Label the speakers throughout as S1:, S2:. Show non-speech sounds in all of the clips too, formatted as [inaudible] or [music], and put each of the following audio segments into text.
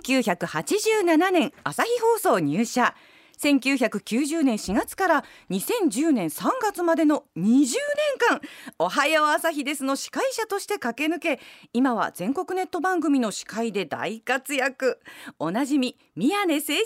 S1: 1987年朝日放送入社1990年4月から2010年3月までの20年間「おはよう朝日です」の司会者として駆け抜け今は全国ネット番組の司会で大活躍おなじみ宮根誠司さん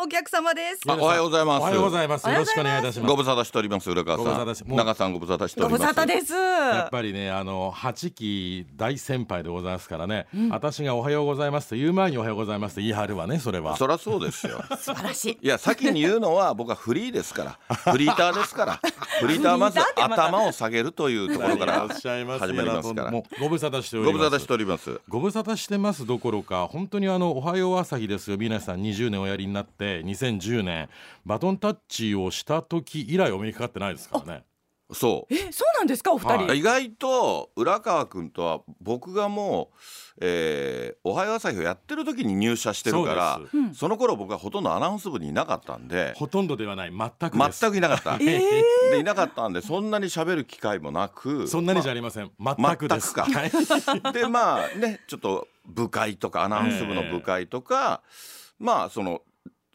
S1: がお客様です
S2: あおはようございます
S3: おはようございます。
S1: おは
S3: よ
S1: よう
S3: ろ
S1: ご
S3: し
S1: ざ
S3: く
S1: います
S3: お願いいたし
S2: ご
S3: ます。
S2: 無沙汰しております浦川
S3: ご無
S2: さ
S3: 沙
S2: ん
S3: 汰しもう
S2: 長さんご無沙汰してお
S1: ご
S2: りま
S1: 無
S2: す
S1: 沙汰です
S3: やっぱりねあの八期大先輩でございますからね、私がおはようございますと言う前におはようございますと言い張るわねそれは
S2: そりゃそうですよ
S1: 素晴らしい
S2: いや先に言うのは僕はフリーです
S3: [laughs]
S2: からフリーターですからフリーターはまず頭を下げるというところから
S3: おっしゃ
S2: 始
S3: い
S2: ま
S3: ますよ
S2: りますから
S3: もうご無沙汰しており
S2: ご
S3: ま
S2: 無
S3: す
S2: 沙汰しております
S3: ご無沙汰してますどころか本当にあの「おはよう朝日ですよ」皆さん20年おやりになって2010年バトンタッチをした時以来お目にかかってないですからね
S2: そう
S1: えそうなんですかお二人、
S3: は
S2: 意外と浦川君とは僕がもう、えーおはよう朝日」をやってる時に入社してるから
S3: そうで
S2: そ,、の頃僕はほとんどアナウンス部にいなかったんで
S3: ほとんどではない全くです
S2: 全くいなかった、
S1: え
S2: でいなかったんでそんなに喋る機会もなく
S3: そんなにじゃありません、全くです
S2: 全くか
S3: はい
S2: [laughs] でまあねちょっと部会とかアナウンス部の部会とか、まあその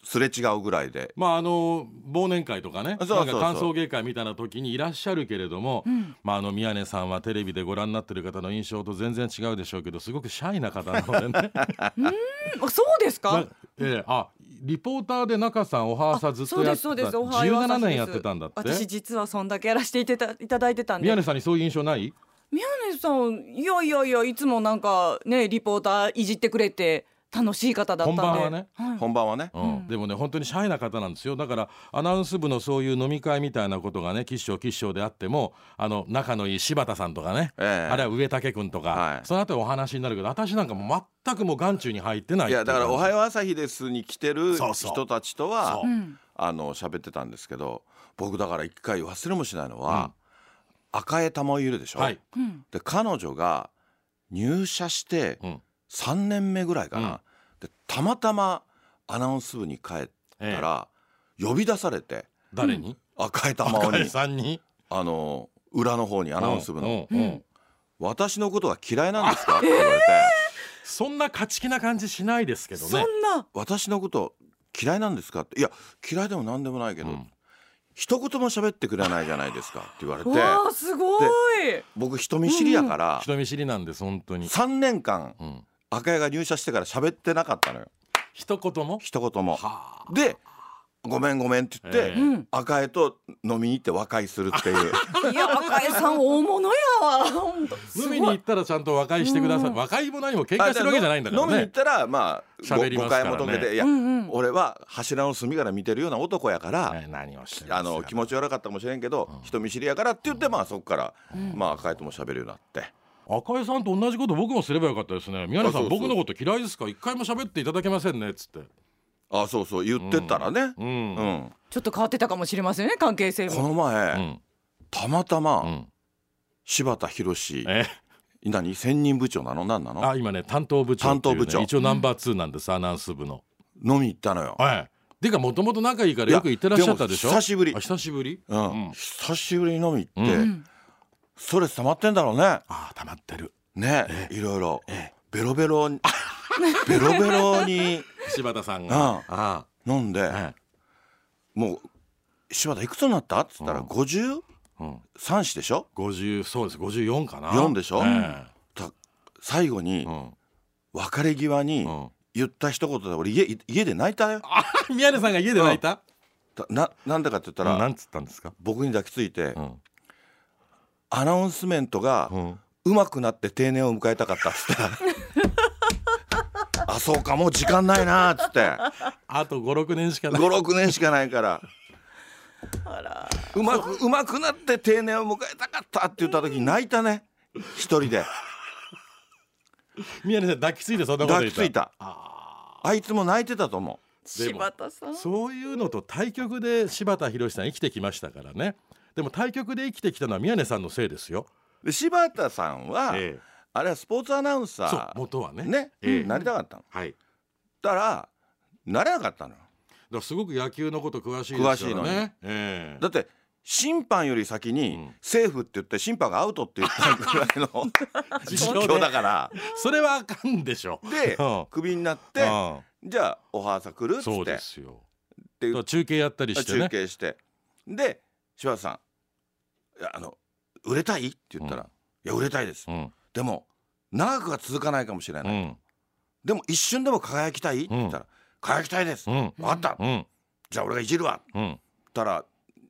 S2: すれ違うぐらいで
S3: まああの忘年会とかね
S2: そうそうそう
S3: なんか歓送迎会みたいな時にいらっしゃるけれども、まあ、あの宮根さんはテレビでご覧になってる方の印象と全然違うでしょうけどすごくシャイな方なのでね、
S1: ー、あそうです [laughs] か、
S3: ま [laughs] ええあリポーターで中さんおはーさずっ
S1: そ
S3: と
S1: う
S3: や
S1: で
S3: っ
S1: す
S3: てた
S1: そうですおはよう朝
S3: 17
S1: 日です
S3: 年やってたんだって
S1: 私実はそんだけやらせていたいただいてたんで
S3: 宮根さんにそういう印象ない
S1: 宮根さんいやいやいやいつもなんかねリポーターいじってくれて楽しい方だったんで
S3: 本番はね
S1: い
S2: 本番はね、
S3: うん、でもね本当にシャイな方なんですよだからアナウンス部のそういう飲み会みたいなことがね吉祥吉祥であってもあの仲のいい柴田さんとかね、
S2: ええ
S3: あるいは上武君とか、
S2: はい
S3: その後お話になるけど私なんかもう全くもう眼中に入ってない
S2: いやだから「おは
S3: よ
S2: よう朝日です」に来てる
S3: そうそう
S2: 人たちとは
S3: そう
S2: あの喋ってたんですけど僕だから一回忘れもしないのは、赤江珠いるでしょ、
S3: はい、
S2: で彼女が入社して
S3: うん
S2: 3年目ぐらいかな、でたまたまアナウンス部に帰ったら、呼び出されて
S3: 誰に
S2: 赤江珠緒
S3: 赤井
S2: に
S3: さんに
S2: あの裏の方にア
S3: ア
S2: ナウンス部の。
S3: うんうん
S2: 私のことが嫌いなんですかって言われて、
S3: そんな勝ち気な感じしないですけど
S1: そ
S3: ね
S1: んな
S2: 私のこと嫌いなんですかっていや嫌いでも何でもないけど、
S3: うん
S2: 一言も喋ってくれないじゃないですかって言われて
S1: わあすごい
S2: 僕人見知りやから、
S3: 人見知りなんです本当に、
S2: 3年間
S3: うん、
S2: 赤江が入社してから喋ってなかったのよ
S3: 一言も
S2: 一言も。
S3: は
S2: でごめんごめんって言って、
S3: ええ
S1: うん
S2: 赤江と飲みに行って和解するっていう
S1: いや赤江さん大物やわ本当す
S3: 飲
S1: ご
S3: み
S1: い
S3: に行ったらちゃんと和解してください、
S1: うん
S3: 和解も何も [laughs] 喧嘩してるわけじゃないんだから
S2: 飲みに行っ
S3: ね
S2: たらまあご
S3: 喋り
S2: 誤
S3: ますか
S2: 解
S3: らね
S2: も解けていや、
S1: うんうん
S2: 俺は柱の隅から見てるような男やから、
S3: ね何をしてるんですか
S2: あの気持ち悪かったかもしれんけど、人見知りやからって言って、まあそこから、まあ赤いとも喋るようになって、
S3: 赤井さんと同じこと僕もすればよかったですね宮根さ
S2: あそ
S3: ん
S2: うそう
S3: 僕のこと嫌いですか一回も喋っていただけませんねっつって
S2: あそうそう言ってたらね、
S3: う
S2: うん
S3: ん、
S1: ちょっと変わってたかもしれませんね関係性
S2: こ
S1: も
S2: の前、
S3: うん
S2: たまた
S3: う
S2: ま
S3: ん
S2: 柴田博士、
S3: え
S2: 何専任部長なの何なの
S3: あ今ね担当部長ってい
S2: 担
S3: うね
S2: 当部長
S3: 一応ナンバーツーなんです、アナウンス部の
S2: 飲み行ったのよ、
S3: はいていうかもともと仲いいか
S2: い
S3: ら
S2: や
S3: よく行ってらっしゃったでしょ
S2: でも久しぶり
S3: あ久しぶり
S2: うん
S3: うん
S2: 久しぶりに飲み行って、
S1: ん
S2: ストレス溜まってんだろうね
S3: ああ溜まってる
S2: ねいろいろ、ベロベロに [laughs] ベロベロに
S3: 柴田さん
S2: あ
S3: があ
S2: 飲んで、
S3: あはい
S2: もう柴田いくつになったっつったら
S3: うん
S2: 53
S3: うん
S2: 子でしょ
S3: 50そうです54かな
S2: 4でしょ
S3: え
S2: た最後に、
S3: えうん
S2: 別れ際に
S3: うん
S2: 言った一言で俺家い家で泣いたよ
S3: あ宮根さんが家で泣いた
S2: たななんでかって言った
S3: うんな
S2: ら
S3: んつったんですか
S2: 僕に抱きついて
S3: うん
S2: アナウンスメントが
S3: うん
S2: うまくなって定年を迎えたかったっつって
S3: [laughs]
S2: あそうかもう時間ないなっつって
S3: あと56年しかない
S2: 56年しかないからうまくうまくなって定年を迎えたかったって言った時に泣いたね一人で
S3: 宮根さん抱きついてそんなこと
S2: 抱
S3: 言
S2: き
S3: った
S2: ついたあいつも泣いてたと思う
S1: 柴田さん
S3: そういうのと対局で柴田博さん生きてきましたからねでも対局で生きてきたのは宮根さんのせいですよ、
S2: で柴田さんは、
S3: ええ
S2: あれはスポーツアナウン
S3: そう
S2: サ
S3: 元はね
S2: ーね、
S3: ええ
S2: なりたかったの
S3: はいだか
S2: ったらなれなかったのよ
S3: らすごく野球のこと詳しいですよ
S2: 詳しいのに
S3: ね、ええ
S2: だって審判より先
S3: う
S2: に
S3: ん
S2: セーフって言って審判がアウトって言ったぐらい
S3: [laughs]
S2: の
S3: 実況
S2: 状
S3: で
S2: 況だから
S3: それはあかんでしょ [laughs]
S2: で
S3: うん
S2: クビになっ
S3: う
S2: て
S3: ん
S2: じゃあおはさ来るっつ
S3: そ
S2: っ
S3: う
S2: て
S3: ですよ
S2: ていう
S3: だから中継やったりして
S2: 中
S3: ね
S2: 継してで柴田さんいや「あの売れたい?」って言ったら「
S3: う
S2: いや売れたいです」
S3: うん
S2: でも長くは続かないかもしれ
S3: う
S2: ない、
S3: ん
S2: でも一瞬でも輝きたい?」って言ったら「輝きたいです」
S3: うん
S2: 分かった、
S3: うん
S2: じゃあ俺がいじるわ」って
S3: うん
S2: 言ったら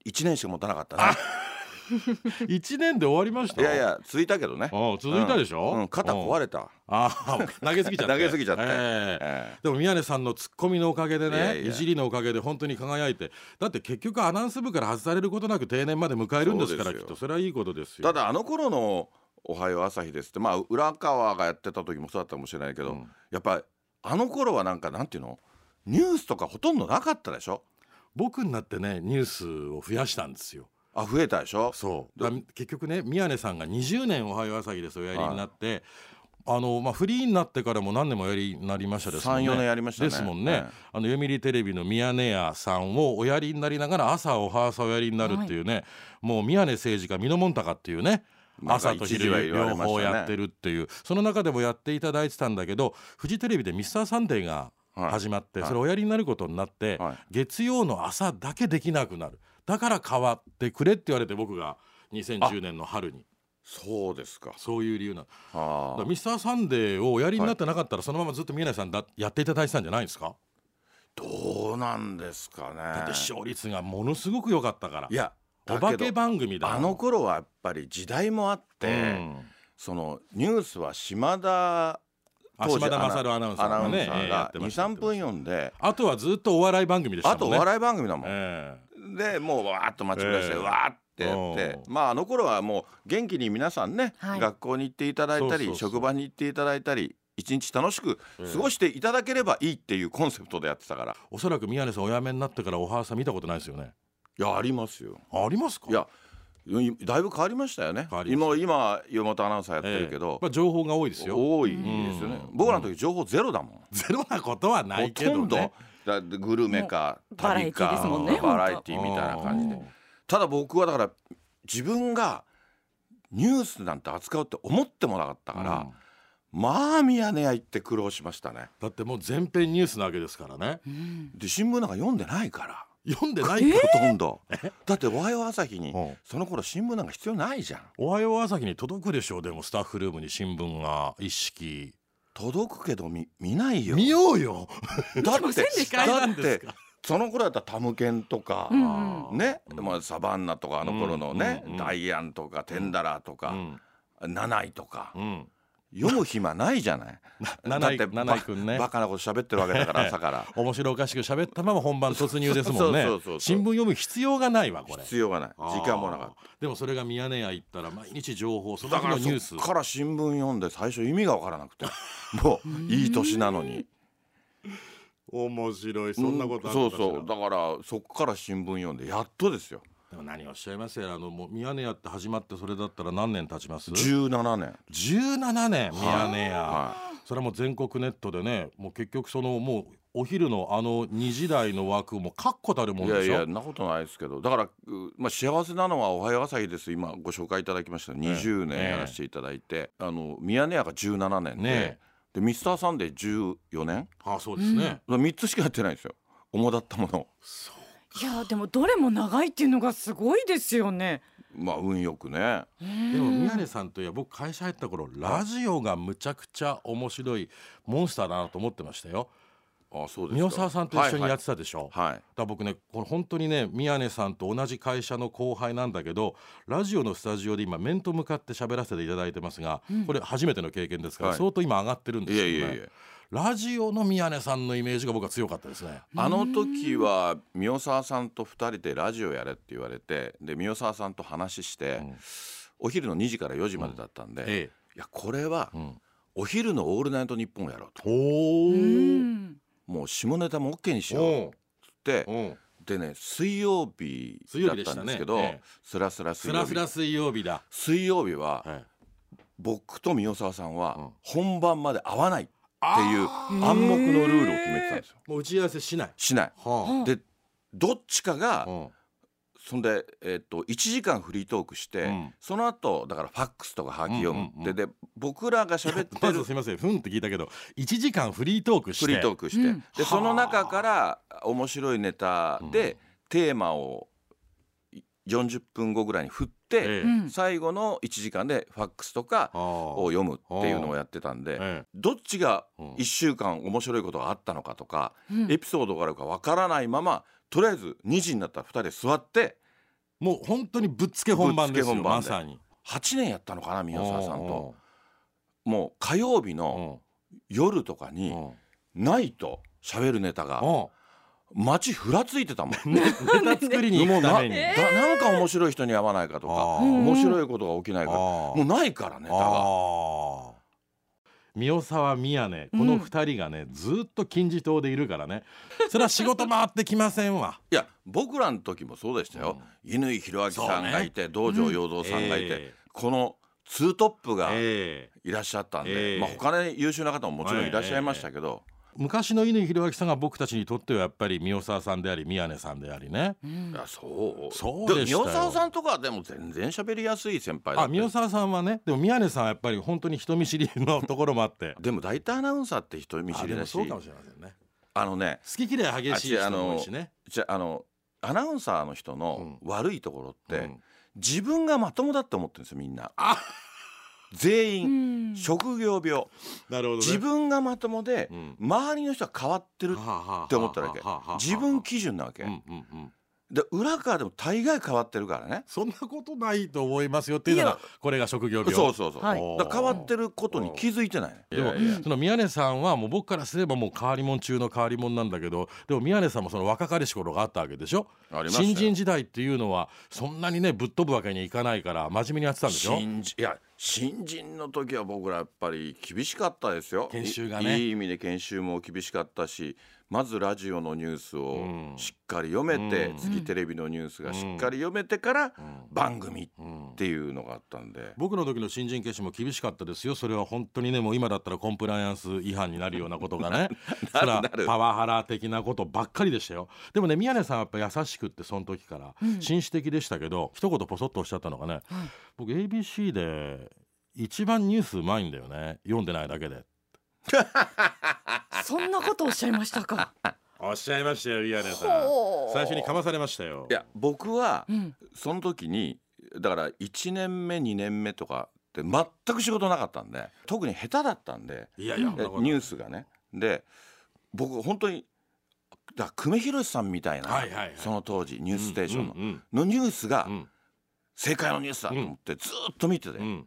S2: 1年しか持たなかったね
S3: 一年で終わりました
S2: いやいや続いたけどね
S3: ああ続いたでしょ、
S2: うんうん肩壊
S3: れ
S2: れた、
S3: ああ投げすぎちゃっ
S2: [laughs]
S3: て
S2: 投げすぎちゃって
S3: ええ
S2: え
S3: でも宮根さんのツッコミのおかげでね
S2: いやいや
S3: いじりのおかげで本当に輝いてだって結局アナウンス部から外されることなく定年まで迎えるんですか
S2: そ
S3: ら
S2: うで
S3: き
S2: す
S3: っ
S2: よ
S3: とそれはいいことです
S2: え
S3: よ
S2: ただあの頃の「おはよう朝日です」ってまあ浦川がやってた時もそうだったかもしれないけど、
S3: うん
S2: やっぱりあの頃はなんかなんていうのニュースとかほとんどなかったでしょ
S3: 僕になってねニュースを増やしたんですよ
S2: あ増えたでしょ
S3: そう
S2: ど
S3: だ結局ね宮根さんが20年「おはよう朝日です」おやりになって、あのまあ、フリーになってからも何年もおやりになりましたですもんね
S2: 34年やりましたね
S3: ですもんね、
S2: ええ
S3: あの読売テレビの宮根屋さんをおやりになりながら朝おは朝おやりになるっていうね、もう宮根誠司か美濃もんたかっていうね
S2: なんか
S3: 朝と昼
S2: 一時は言われ
S3: 両
S2: ましたね
S3: 方やってるっていう、その中でもやっていただいてたんだけどフジテレビで「ミスターサンデーが
S2: はい
S3: 始まって、
S2: はい
S3: それおやりになることになって、
S2: はい
S3: 月曜の朝だけできなくなるだから変わってくれって言われて僕が2010年の春に
S2: そうですか
S3: そういう理由なのだ
S2: あ
S3: か
S2: あ
S3: らミスターサンデーをおやりになってなかったら、そのままずっと宮根さんだやっていただいてたんじゃないですか
S2: どうなんですかね
S3: だって視聴率がものすごく良かったから
S2: いや
S3: お
S2: だ
S3: 化
S2: ど
S3: け番組だもん
S2: あの頃はやっぱり時代もあって、
S3: うん
S2: そのニュースは島田
S3: あ
S2: 当時
S3: 島田勝アナウンサーがねええや
S2: が
S3: ってました
S2: 23分読んで
S3: あとはずっとお笑い番組でした
S2: あ
S3: も
S2: と
S3: ん
S2: お
S3: ね
S2: 笑い番組だもん、
S3: ええ
S2: でもうわーっと待ち暮らして、
S3: ええ
S2: わーってやって
S3: う
S2: まああの頃はもう元気に皆さんね、
S1: はい
S2: 学校に行っていただいたり
S3: そうそうそう
S2: 職場に行っていただいたり一日楽しく過ごしていただければいいっていうコンセプトでやってたから、
S3: おそらく宮根さんお辞めになってからおはさん見たことないですよね
S2: いやありますよ
S3: ありますか
S2: いやいだいぶ変わりましたよね
S3: 変わりま
S2: 今今岩本アナウンサーやってるけ
S3: ええ
S2: ど、
S3: まあ、情報が多いですよ
S2: 多いですよね、
S3: うん
S2: 僕らの時情報ゼロだもん、
S3: ゼロなことはな
S2: ほ
S3: いけど、
S2: と
S3: ね、
S2: んどだってグルメか
S1: バラエ
S2: 旅
S1: ティ
S2: か
S1: ーですもんね
S2: バラエティみたいな感じでただ僕はだから自分がニュースなんて扱うって思ってもなかったから、
S3: うん
S2: まあミヤネ屋行って苦労しましたね
S3: だってもう全編ニュースなわけですからね
S1: うん
S2: で新聞なんか読んでないから
S3: 読んでない
S2: ほとんどだって「おはよう朝日に」
S3: うん
S2: その頃新聞なんか必要ないじゃん
S3: おはよう朝日に届くでしょうでもスタッフルームに新聞が一式
S2: 届くけど見見ないよ
S3: 見ようよ
S2: だっ
S1: ませんで
S2: て
S1: した
S2: だっ
S3: なんです
S2: て
S3: か
S2: その頃だったらタムケンとか、
S1: うんうん
S2: ね、
S3: うん
S2: まあ、サバンナとかあの頃のね、
S3: うんうんうん
S2: ダイアンとかテンダラーと
S3: う
S2: か、
S3: ん
S2: ナナイとか、
S3: うん
S2: 読む暇ないじゃない
S3: [laughs] な
S2: だっ
S3: な
S2: て
S3: いなないくんね
S2: バカなこと喋ってるわけだ
S3: [laughs]
S2: から朝から
S3: 面白おかしく喋ったまま本番突入ですもんね
S2: そうそうそうそう
S3: 新聞読む必要がないわこれ
S2: 必要がない時間もなかっ
S3: あーでもそれがミヤネ屋行ったら毎日情報そ
S2: ただ
S3: の日
S2: か
S3: の
S2: ら
S3: ニュース
S2: そっから新聞読んで最初意味が分からなく
S3: [laughs]
S2: てもういい年なのに
S3: 面白い
S2: うん
S3: あ
S2: そ
S3: っ
S2: う
S3: たかしら
S2: そうだからそっから新聞読んでやっとですよ
S3: でも何をおっしゃいますよあのもうミヤネ屋って始まってそれだったら何年経ちます
S2: 17年
S3: 17年ミヤネ屋、
S2: は
S3: それはもう全国ネットでねもう結局そのもうお昼のあの2時台の枠も確固たるも
S2: い
S3: ん
S2: い
S3: でしょ
S2: やいやんなことないですけどだから、うまあ、幸せなのは「おはよう朝日」です今ご紹介いただきました20
S3: ええ
S2: 年やらせていただいて、あのミヤネ屋が17年で,、
S3: ね
S2: でミスターサンデー14年
S3: ああそうですね、
S2: 3つしかやってないんですよ主だったもの
S1: いやでもどれも長いっていうのがすごいですよね。
S2: まあ運よくね
S3: でも宮根さんといえば僕会社入った頃ラジオがむちゃくちゃ面白いモンスターだなと思ってましたよ
S2: あそうですか
S3: 三沢さんと一緒にやってたでしょ、
S2: はい、はいはい
S3: だから僕ねこれ本当にね宮根さんと同じ会社の後輩なんだけどラジオのスタジオで今面と向かって喋らせていただいてますが、これ初めての経験ですから、
S2: はい
S3: 相当今上がってるんです
S2: い
S3: よ
S2: や
S3: ね
S2: いやいや
S3: ラジオの宮根さんのイメージが僕は強かったですね
S2: あの時は三沢さんと2人でラジオやれって言われてで三沢さんと話して、
S3: ん
S2: お昼の2時から4時までだったんで、い
S3: え
S2: やこれは
S3: え、うん、
S2: お昼の「オールナイトニッポン」やろうと
S1: う
S3: お
S1: ん
S2: もう下ネタも OK にしようっ
S3: お
S2: て
S3: おお
S2: でね水曜日
S3: 水曜
S2: だ
S3: 日
S2: っ
S3: でしたた
S2: んで
S3: ね
S2: すけど、
S3: ええ
S2: スラスラ水
S3: す
S2: 曜
S3: ら
S2: 日
S3: すら水曜日だ、
S2: 水曜日は、
S3: はい、
S2: 僕と三沢さん
S3: うん
S2: は本番まで会わないっていう
S3: あ
S2: 暗黙のルールを決めてたんですよ
S3: ーもう打ち合わせしない
S2: しない
S3: は
S2: でどっちかが
S3: あ、うん
S2: そんで、えっと1時間フリートークして、
S3: うん
S2: その後だからファックスとかはがき読むって、
S3: うんうんうん
S2: で僕らが喋って
S3: [laughs] ま
S2: る
S3: ずすみませんふんって聞いたけど1時間フリートークして
S2: フリートークして、
S1: うん
S2: でその中から面白いネタでテーマを40分後ぐらいに振って、
S3: ええ
S1: うん
S2: 最後の1時間でファックスとか
S3: あー
S2: を読むっていうのをやってたんで、
S3: え
S2: どっちが
S3: えうん
S2: 1週間面白いことがあったのかとか、
S1: うん
S2: エピソードがあるかわからないままとりあえず2時になったら2人で座って
S3: もう本当にぶっつけ本番ですよ
S2: ぶっつけ本番
S3: ま
S2: で
S3: さに
S2: 8年やったのかな宮沢さんと。
S3: お
S2: もう火曜日
S3: ー
S2: の
S3: お
S2: 夜とか
S3: ー
S2: に
S3: おー
S2: ないと喋るネタが
S3: お
S2: 街ふらついてたもん。
S3: ーネタ作りに行くために
S2: だなんか面白い人に会わないかとか
S3: あ
S1: う
S3: ー
S1: ん
S2: 面白いことが起きないか
S3: あー
S2: もうないからネタが
S3: ああ三沢宮根この二人がね、ずっと金字塔でいるからねそれは仕事回ってきませんわ
S2: いや僕らの時もそうでしたよ乾弘明さんがいて道場陽三さんがいて
S3: え
S2: このツートップ
S3: え
S2: が
S3: ええ
S2: いらっしゃったん
S3: え
S2: で
S3: え
S2: まあ他に優秀な方ももちろんいらっしゃいましたけど
S3: 昔の乾弘明さんが僕たちにとってはやっぱり三沢さんであり宮根さんでありね
S1: うん
S2: いやそう
S3: そうでしたよ
S2: も宮沢さんとかはでも全然喋りやすい先輩だ
S3: あ
S2: った
S3: 三沢さんはねでも宮根さんはやっぱり本当に人見知りのところもあって
S2: でも大体アナウンサーって人見知
S3: あで
S2: り
S3: も
S2: だし
S3: そうかもしれませんね
S2: あのね
S3: 好き嫌い激しい人も多いしね
S2: じゃああのアナウンサーの人の悪いところって、
S3: うん
S2: 自分がまともだって思ってるんですよみんな
S3: あ
S2: 全員、
S1: うん
S2: 職業病
S3: なるほど、ね、
S2: 自分がまともで、
S3: うん
S2: 周りの人は変わってる
S3: っ
S2: って思っただけ自分基準なわけ、
S3: うんうんうん
S2: で裏からでも大概変わってるからね
S3: そんなことないと思いますよっていうの
S2: い
S3: が
S2: や
S3: これが職業病
S2: そうそうそう、
S1: はい
S2: だから変わってることに気づいてないね
S3: でも
S1: いや
S3: その宮根さんはもう僕からすればもう変わり者中の変わり者なんだけどでも宮根さんもその若かりし頃があったわけでしょ
S2: ありましたよ
S3: 新人時代っていうのはそんなにねぶっ飛ぶわけにいかないから真面目にやってたんでしょ
S2: 新人いや新人の時は僕らやっぱり厳しかったですよ
S3: 研修がね
S2: いいい意味で研修も厳しかったしまずラジオのニュース
S3: うん
S2: をしっかり読めて、
S3: うん
S2: 次テレビのニュースがしっかり読めてから
S3: うん
S2: 番組っ
S3: うん
S2: ていうのがあったんで、
S3: 僕の時の新人研修も厳しかったですよそれは本当にねもう今だったらコンプライアンス違反になるようなこと
S1: [laughs]
S3: がねそれは
S2: なる
S3: パワハラ的なことばっかりでしたよでもね宮根さんはやっぱ優しくってその時から
S1: うん
S3: 紳士的でしたけど、一言ポソッとおっしゃったのがね、僕 ABC で一番ニュースうまいんだよね読んでないだけで
S1: そんなことおっしゃいましたか。
S3: おっしゃいましたよ宮根さ
S1: ほう
S3: 最初にかまされましたよ
S2: いや僕は
S1: うん。
S2: その時にだから1年目2年目とかって全く仕事なかったんで特に下手だったんで
S3: いやいや
S1: うん
S2: でニュースがねで僕本当にだから久米宏さんみたいな、
S3: はいはいはい
S2: その当時「ニュースステーションの」
S3: うんうん
S2: のニュースが
S3: うん
S2: 正解のニュースだと思ってずーっと見てて、
S3: うん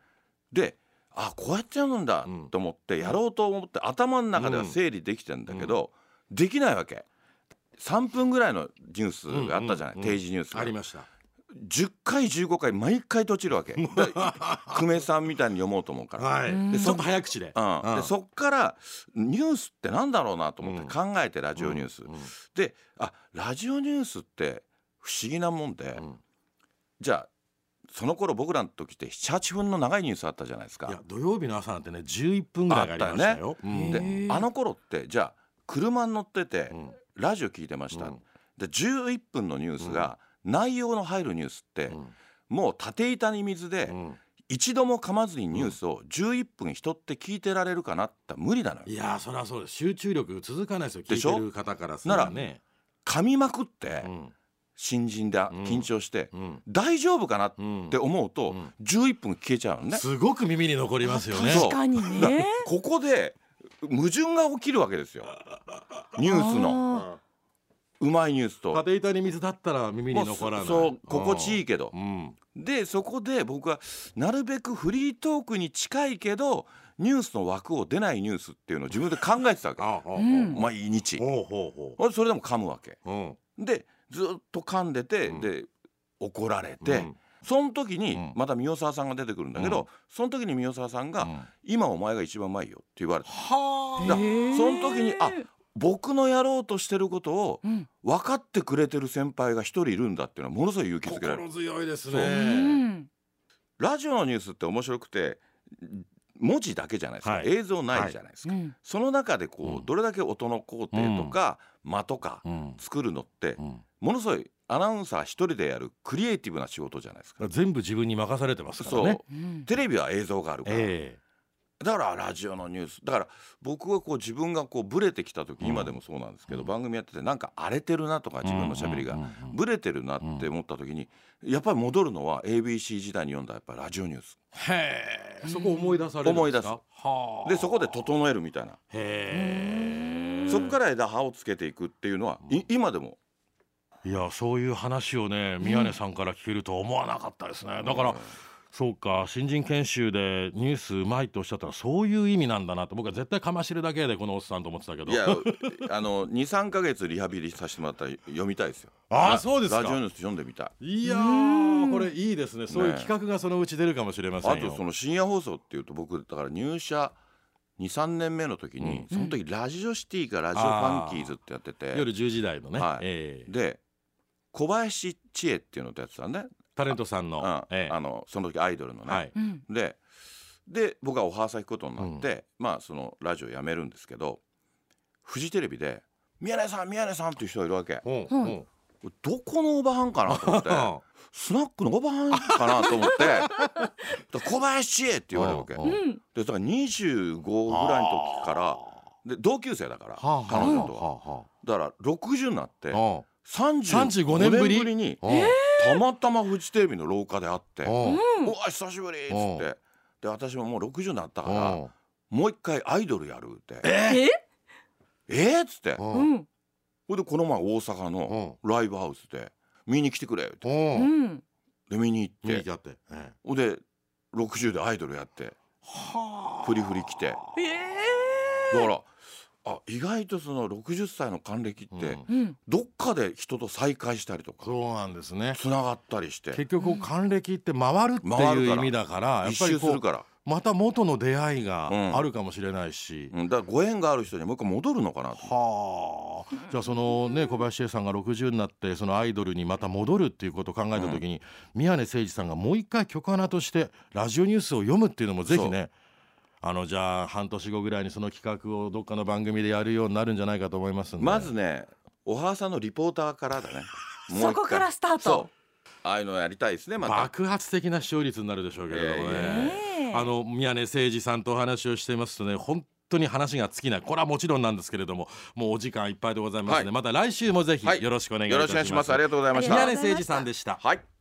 S2: であこうやってやるんだ
S3: うん
S2: と思ってやろうと思って頭の中では整理できてんだけど、できないわけ。3分ぐらいのニュースがあったじゃない、
S3: うんうんうん
S2: 定時ニュースが
S3: ありました
S2: 10回15回毎回とちるわ
S3: [laughs]
S2: けだ [laughs] から久米さんみたいに読もうと思うから、
S3: はい
S1: うん
S3: でちょっと早口で
S2: うん
S3: うん
S2: でそっからニュースってなんだろうなと思って考えてラジオニュース、
S3: うんうん
S2: であラジオニュースって不思議なもんで、
S3: うん
S2: じゃあその頃僕らの時って78分の長いニュースあったじゃないです
S3: い
S2: か
S3: や。土曜日の朝なんてね11分ぐらいがありましたよ。
S1: ね
S3: うん
S1: へ
S2: で
S1: ー
S2: あの頃ってじゃあ車に乗ってて
S3: うん
S2: ラジオ聞いてました、
S3: うん
S2: で11分のニュースが内容の入るニュースってもう縦板に水で
S3: うん
S2: 一度も噛まずにニュースを11分人って聞いてられるかなって無理なの
S3: い
S2: よ。
S3: やーそりゃそうです集中力続かないですよ聞
S2: でしょ
S3: いてる方からすればね。
S2: 噛みまくって
S3: うん
S2: 新人で
S3: ん
S2: 緊張して
S3: うん
S2: 大丈夫かなっ
S3: うん
S2: て思うと
S3: うん
S2: 11分消えちゃうのね。
S3: すごく耳に残りますよね。
S2: そう
S1: 確かに
S2: だ
S1: ね。
S2: ここで矛盾が起きるわけですよニュースの
S1: の。
S3: う
S2: うまいニュース
S3: ん
S2: と。
S3: 縦板に水だったら耳に
S2: もう
S3: 残らない。
S2: そう心地いいけど
S3: う、ん。
S2: でそこで僕はなるべくフリートークに近いけどニュースの枠を出ないニュースっていうのを自分で考えてたわけ
S3: ああほう
S1: うん
S2: 毎日
S3: ほうほうほう。
S2: それでも噛むわけ
S3: うん
S2: でずっと噛んでて、
S3: うん
S2: で怒られて、その時に
S3: うん
S2: また宮沢さんが出てくるんだけど、
S3: うん
S2: その時に宮沢さんが「
S3: うん
S2: 今お前が一番うまいよ」って言われて
S3: はあ
S2: だ
S1: へー
S2: その時にあ僕のやろうとしてることを
S1: うん。
S2: 分かってくれてる先輩が一人いるんだっていうのはものすごい勇気づけられる
S3: 心強いです
S2: そう
S1: う
S3: ね。
S1: ん。
S2: ラジオのニュースって面白くて文字だけじゃないですか、
S3: はい
S2: 映像ないじゃないです
S1: う
S2: か、
S1: ん。
S2: その中でこう、
S3: うん
S2: どれだけ音の工程とか間とか
S3: うん
S2: 作るのって
S3: うん
S2: ものすごいアナウンサー一人でやるクリエイティブな仕事じゃないですか。
S3: 全部自分に任されてますから
S2: そう、
S3: ね。
S1: うん
S2: テレビは映像があるから、
S3: え
S2: だからラジオのニュースだから僕がこう自分がこうブレてきた時、
S3: うん
S2: 今でもそうなんですけど、番組やっててなんか荒れてるなとか
S3: え
S2: 自分のしゃべりが、
S3: うんうんうんうん
S2: ブレてるなって思った時にやっぱり戻るのは ABC 時代に読んだやっぱりラジオニュース
S3: へえ。そこ思い出されるん
S2: 思い
S3: で
S2: 出
S3: す
S2: す
S3: か。はあ
S2: でそこで整えるみたいな、
S3: へえ。
S2: そこから枝葉をつけていくっていうのは、い今でも
S3: いやそういう話をね宮根さんから聞けるとは思わなかったですね。だから。そうか新人研修でニュースうまいっておっしゃったらそういう意味なんだなと僕は絶対かましるだけでこのおっさんと思ってたけど
S2: いやあの23か [laughs] 月リハビリさせてもらったら読みたいですよ
S3: あ
S2: ラ
S3: あそうですか
S2: ラジオニュース読んでみたい
S3: いや
S1: うん
S3: ーこれいいですねそういう
S2: ねえ
S3: 企画がそのうち出るかもしれませ
S2: あ
S3: んよ
S2: とその深夜放送っていうと僕だから入社23年目の時に、
S1: うん
S2: その時ラジオシティかラジオファンキーズってやって
S3: 夜
S2: て
S3: 10時台のね、
S2: はい
S3: ええ
S2: で小林千恵っていうのとやってたんね、
S3: タレントさんの
S2: うん
S3: ええ
S2: あのその時アイドルのね、
S3: はい、
S1: うん
S2: でで僕はオファーさ行くことになって、まあそのラジオやめるんですけどフジテレビで「宮根さん宮根さん」っていう人がいるわけ
S3: ほう
S1: うん
S3: ほう
S2: どこのおばはんかなと思っ
S3: [laughs]
S2: て
S3: あ
S2: スナックのおばはんかなと思ってだ
S3: [laughs]
S2: から小林千恵って言われるわけ
S3: うん
S1: う
S3: うん
S2: で
S1: ん
S2: だから25ぐらいの時からで同級生だから
S3: はあ
S2: 彼女とは
S3: はあは
S2: だから60になって
S3: あは
S2: 35
S3: 35
S2: 年
S3: 年
S2: ぶ
S3: ぶり
S2: りに
S3: あえ
S2: たまたまフジテレビの廊下で会って
S3: え
S2: 「
S3: うん
S2: うわ久しぶり!」っつ
S3: うん
S2: ってで私ももう60になったから
S3: うん
S2: もう一回アイドルやるってえ
S1: え
S2: えっつって
S3: う
S1: うんん
S2: ほいでこの前大阪のライブハウスで見に来てくれって
S1: う
S3: うん
S1: ん
S2: で見に行
S3: 見に
S2: っ
S3: 来
S2: て
S3: たってええ
S2: ほいで60でアイドルやって
S3: は
S2: フリフリ来て
S1: ええ
S2: だからあ意外とその60歳の還暦
S3: あ
S2: って
S3: うん
S1: うん
S2: どっかで人と再会したりとか
S3: そうなんですね
S2: つながったりして
S3: 結局こう還暦って回るって
S2: 回る
S3: い
S2: か
S3: う
S2: ら
S3: 意味だからやっ
S2: 一
S3: ぱり
S2: 周す
S3: こ
S2: る
S3: う
S2: から
S3: また元の出会い
S2: うん
S3: があるかもしれないし、
S2: うんだからご縁がある人にもう一回戻るのかなと
S3: はあじゃあそのね小林栄さんが60になってそのアイドルにまた戻るっていうことを考えた時に、宮根誠司さんがもう一回曲穴としてラジオニュースを読むっていうのもぜひねあのじゃあ半年後ぐらいにその企画をどっかの番組でやるようになるんじゃないかと思いますんで
S2: まずねおはさんのリポーターからだねもう一
S1: そ
S2: 回
S1: こからスター
S2: そ
S1: ト
S2: うああいうのやりたいですねまた
S3: 爆発的な視聴率になるでしょうけれど
S2: え
S3: もね。
S2: え
S1: ねえ
S3: あの宮根誠司さんとお話をしていますとね本当に話が尽きないこれはもちろんなんですけれどももうお時間いっぱいでございますので、
S2: はい
S3: また来週もぜひ
S2: はい
S3: よろしくお願いい
S2: よ
S3: たし
S2: ろ
S3: ま
S2: しく
S3: す。
S2: お願いしますありがとうございまし
S1: あ
S2: た
S1: りがとうございました
S3: 宮根誠司さんでした。
S2: はい